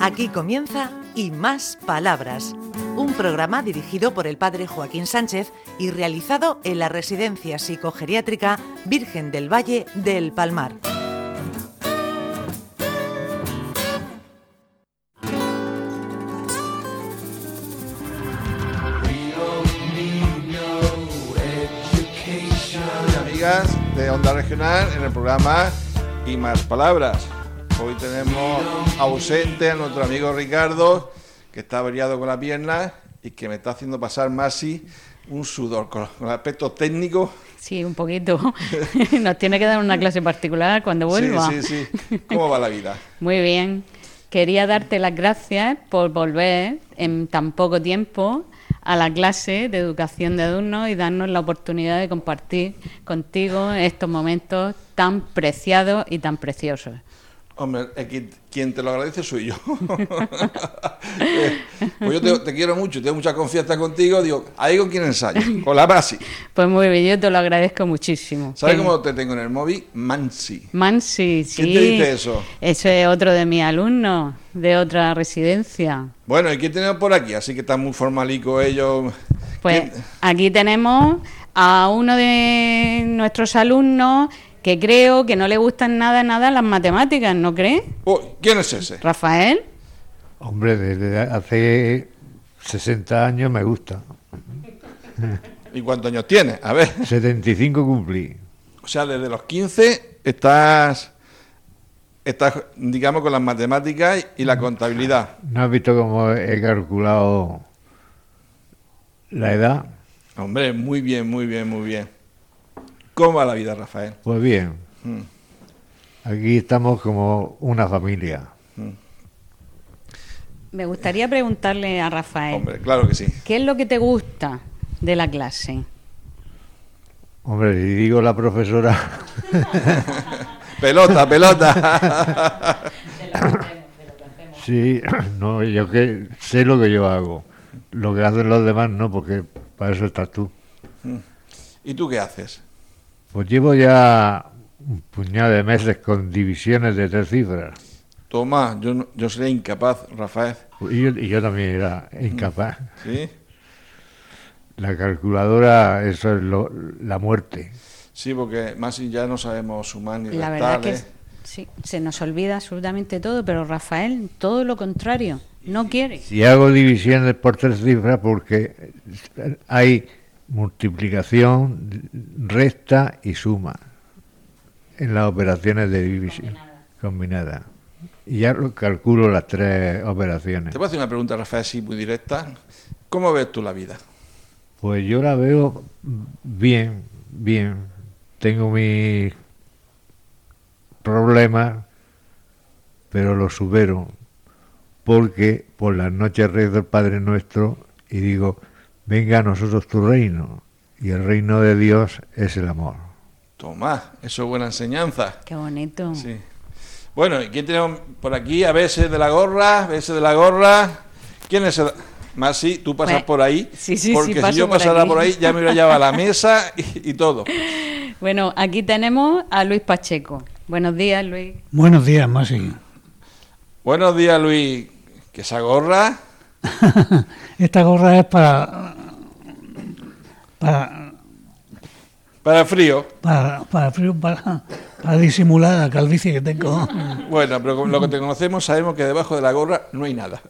Aquí comienza Y Más Palabras, un programa dirigido por el padre Joaquín Sánchez y realizado en la Residencia Psicogeriátrica Virgen del Valle del Palmar. amigas de Onda Regional en el programa Y Más Palabras. Hoy tenemos ausente a nuestro amigo Ricardo, que está averiado con la pierna y que me está haciendo pasar Masi un sudor con con el aspecto técnico. Sí, un poquito. Nos tiene que dar una clase particular cuando vuelva. Sí, sí, sí. ¿Cómo va la vida? Muy bien. Quería darte las gracias por volver en tan poco tiempo a la clase de educación de alumnos y darnos la oportunidad de compartir contigo estos momentos tan preciados y tan preciosos. Hombre, eh, quien- quien te lo agradece soy yo. Eh, pues yo te, te quiero mucho, tengo mucha confianza contigo. Digo, ahí con quien ensayo, con la Masi. Pues muy bien, yo te lo agradezco muchísimo. ¿Sabes Que- cómo te tengo en el móvil? Mansi. Mansi, sí. ¿Quién te dice eso? Eso es otro de mis alumnos, de otra residencia. Bueno, ¿y qué tenemos por aquí? Así que están muy formalico ellos. Pues ¿Quién- aquí tenemos a uno de nuestros alumnos que creo que no le gustan nada, nada las matemáticas, ¿no crees? Oh, ¿Quién es ese? Rafael, Hombre, desde hace 60 años me gusta. ¿Y cuántos años tiene? A ver. 75 cumplí. O sea, desde los 15 estás, estás digamos, con las matemáticas y la contabilidad. ¿No has visto cómo he calculado la edad? Hombre, muy bien, muy bien, muy bien. ¿Cómo va la vida, Rafael? Pues bien, aquí estamos como una familia. me gustaría preguntarle a Rafael, Hombre, claro que sí. ¿qué es lo que te gusta de la clase? Hombre, si digo la profesora, Pelota, pelota. sí, no, yo que sé lo que yo hago. Lo que hacen los demás no, porque para eso estás tú. ¿Y tú qué haces? Pues llevo ya un puñado de meses con divisiones de tres cifras. Toma, yo, no- yo sería incapaz, Rafael. Y yo, y yo también era incapaz. ¿Sí? La calculadora, eso es lo- la muerte. Sí, porque más si ya no sabemos sumar ni La restar. verdad que ¿eh? sí, se nos olvida absolutamente todo, pero Rafael, todo lo contrario, no quiere. Si hago divisiones por tres cifras, porque hay multiplicación, resta y suma en las operaciones de división combinada. Y ya lo calculo las tres operaciones. Te voy a hacer una pregunta, Rafael, sí, muy directa. ¿Cómo ves tú la vida? Pues yo la veo bien, bien. Tengo mis problemas, pero los supero. Porque por las noches rezo el Padre Nuestro y digo, venga a nosotros tu reino. Y el reino de Dios es el amor. Toma, eso es buena enseñanza. Qué bonito. Sí. Bueno, ¿y quién tenemos por aquí? A veces de la gorra, a veces de la gorra. ¿Quién es el... Masi, tú pasas Bueno, por ahí. sí, sí, sí, porque si paso yo por pasara aquí. por ahí, ya me hubiera llevado a la mesa y, y todo. Bueno, aquí tenemos a Luis Pacheco. Buenos días, Luis. Buenos días, Masi. Buenos días, Luis. Que esa gorra. Esta gorra es para, para, Para el frío. para, para frío, para, para disimular la calvicie que tengo. Bueno, pero con lo que te conocemos sabemos que debajo de la gorra no hay nada.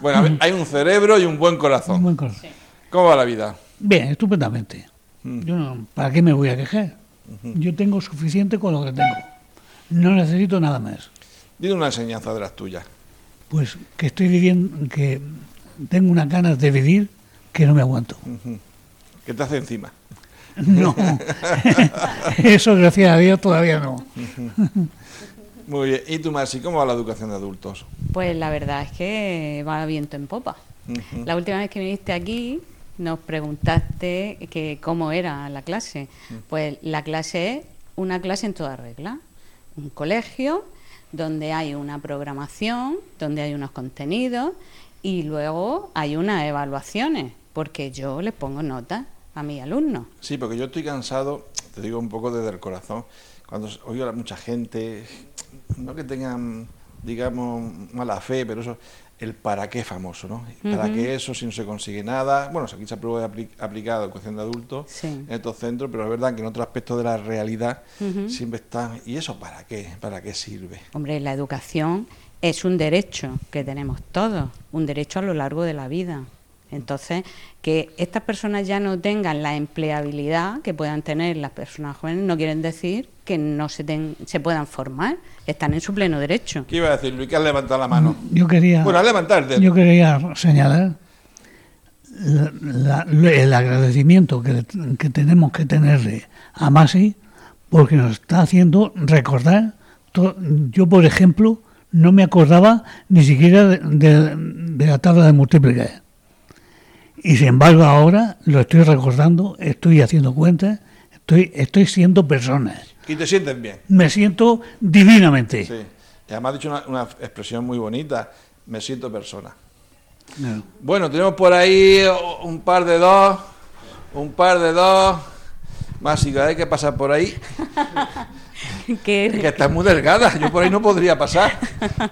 bueno, a ver, hay un cerebro y un buen Un corazón. buen corte. ¿Cómo va la vida? Bien, estupendamente. Yo no- ¿Para qué me voy a quejar? Yo tengo suficiente con lo que tengo. No necesito nada más. Dime una enseñanza de las tuyas. Pues que estoy viviendo, que tengo unas ganas de vivir que no me aguanto. ¿Qué te hace encima? No, eso gracias a Dios todavía no. Muy bien. ¿Y tú, Marci, cómo va la educación de adultos? Pues la verdad es que va viento en popa. Ujú. La última vez que viniste aquí nos preguntaste que cómo era la clase. Pues la clase es una clase en toda regla, un colegio donde hay una programación, donde hay unos contenidos y luego hay unas evaluaciones, porque yo les pongo notas a mis alumnos. Sí, porque yo estoy cansado, te digo un poco desde el corazón, cuando s- oigo a mucha gente, no que tengan digamos, mala fe, pero eso, el para qué famoso, ¿no? ¿Para qué eso si no se consigue nada? Bueno, aquí se aprueba apli- aplicado educación de adultos Sí. en estos centros, pero es verdad que en otro aspecto de la realidad siempre están, ¿y eso para qué? ¿Para qué sirve? Hombre, la educación es un derecho que tenemos todos, un derecho a lo largo de la vida. Entonces, que estas personas ya no tengan la empleabilidad que puedan tener las personas jóvenes no quieren decir que no se, ten- se puedan formar, están en su pleno derecho. ¿Qué iba a decir, Luis? Que has levantado la mano. Yo quería, Ah, Bueno, has levantado el dedo. yo quería señalar la- la- el agradecimiento que, le- que tenemos que tenerle a Masi porque nos está haciendo recordar. to- yo, por ejemplo, no me acordaba ni siquiera de, de- de la tabla de multiplicar. Y sin embargo, ahora lo estoy recordando, estoy haciendo cuentas, estoy, estoy siendo persona. Y te sientes bien. Me siento divinamente. Sí. Y además has dicho una, una expresión muy bonita, me siento persona. No. Bueno, tenemos por ahí uh, un par de dos, un par de dos, más y cada vez que pasa por ahí, Que- que está muy delgada, yo por ahí no podría pasar.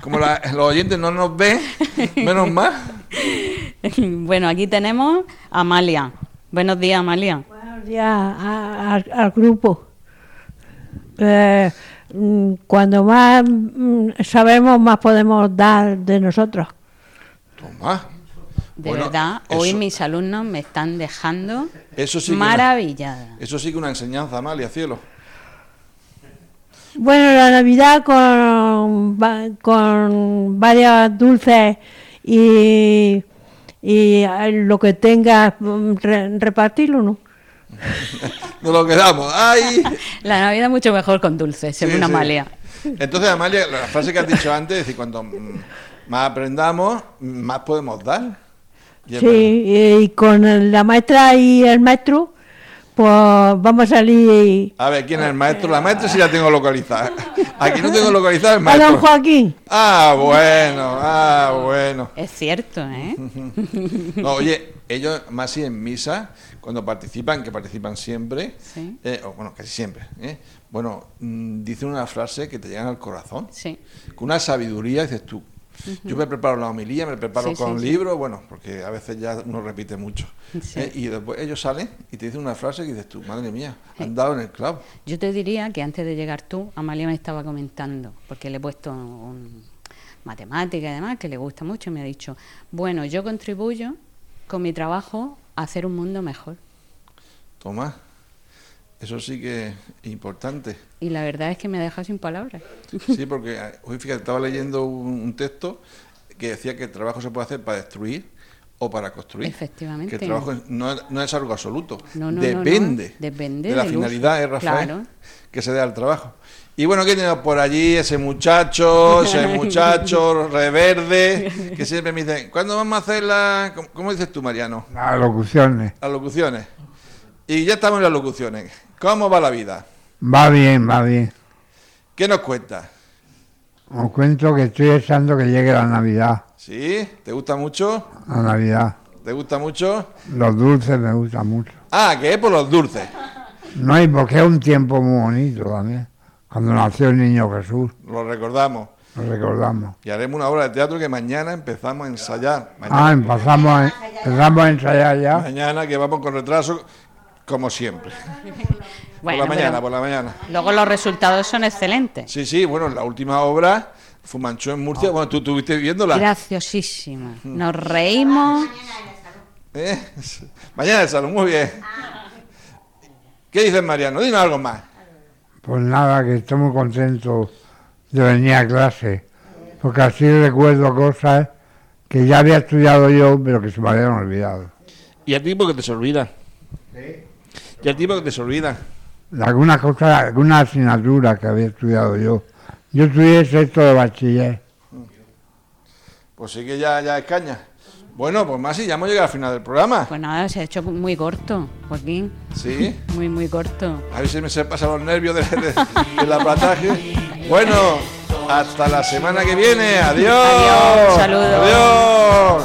Como la- los oyentes no nos ven, menos mal. bueno, aquí tenemos a Amalia. Buenos días, Amalia. Buenos días a- al- al grupo. Eh, mm, cuando más mm, sabemos, más podemos dar de nosotros. Tomás, De Bueno, verdad, hoy eso- mis alumnos me están dejando eso sí que una- maravillada. eso sí que una enseñanza, Amalia, cielo. Bueno, la Navidad con, va- con varios dulces y, y eh, lo que tengas, mm, re- repartirlo, ¿no? Nos lo quedamos. ¡Ay! La Navidad mucho mejor con dulces, según Sí, sí. Amalia. Entonces, Amalia, la frase que has dicho antes, es decir, cuanto mm, más aprendamos, más podemos dar. Y es Sí, verdad. y, y con el- la maestra y el maestro, pues vamos a salir. A ver, ¿quién es el maestro? La maestra sí la tengo localizada. Aquí no tengo localizada el A don maestro. Joaquín. Ah, bueno, ah, bueno. Es cierto, ¿eh? No, oye, ellos más si en misa, cuando participan, que participan siempre, Sí. eh, o bueno, casi siempre, ¿eh? bueno, mm, dicen una frase que te llegan al corazón, Sí. con una sabiduría, dices tú. Yo me preparo la homilía, me preparo Sí, sí, con sí. libros, bueno, porque a veces ya uno repite mucho. Sí. ¿eh? Y después ellos salen y te dicen una frase que dices tú, madre mía, han dado en el clavo. Yo te diría que antes de llegar tú, Amalia me estaba comentando, porque le he puesto un- matemática y demás, que le gusta mucho, y me ha dicho, bueno, yo contribuyo con mi trabajo a hacer un mundo mejor. Tomás, eso sí que es importante. Y la verdad es que me ha dejado sin palabras. Sí, porque eh, hoy fíjate, estaba leyendo un, un texto que decía que el trabajo se puede hacer para destruir o para construir. Efectivamente. Que el trabajo es- no, es- no es algo absoluto. No, no, no, no. depende, Depende de la del finalidad, uso. ¿eh, Rafael, Claro. que se dé al trabajo. Y bueno, ¿qué tenemos por allí? Ese muchacho, ese muchacho reverde, que siempre me dice, ¿cuándo vamos a hacer la... ¿Cómo, cómo dices tú, Mariano? Las locuciones. Las locuciones. Y ya estamos en las locuciones. ¿Cómo va la vida? Va bien, va bien. ¿Qué nos cuentas? Os cuento que estoy deseando que llegue la Navidad. ¿Sí? ¿Te gusta mucho? La Navidad. ¿Te gusta mucho? Los dulces me gustan mucho. Ah, que es por los dulces. No, y porque es un tiempo muy bonito también. Cuando nació el niño Jesús, Lo recordamos. lo recordamos. Y haremos una obra de teatro que mañana empezamos a ensayar. Mañana, Ah, empezamos a, empezamos a ensayar ya. mañana que vamos con retraso, como siempre. Bueno, por la mañana, pero por la mañana. Luego los resultados son excelentes. Sí, sí, bueno, la última obra, Fumanchó en Murcia. Bueno, tú estuviste viéndola. Graciosísima. Nos reímos. ¿eh? Mañana de salud, muy bien. ¿Qué dices, Mariano? Dinos algo más. Pues nada, que estoy muy contento de venir a clase. Porque así recuerdo cosas que ya había estudiado yo, pero que se me habían olvidado. Y a ti porque te se olvida. Y a ti porque te se olvida. algunas cosas, algunas asignaturas que había estudiado yo. Yo estudié sexto de bachiller. Pues sí que ya, ya es caña. Bueno, pues más y ya hemos llegado al final del programa. Pues nada, se ha hecho muy corto, Joaquín. Sí. Muy, muy corto. A ver si me se pasan los nervios del de, del aparataje. Bueno, hasta la semana que viene. Adiós. Adiós, saludos. Adiós.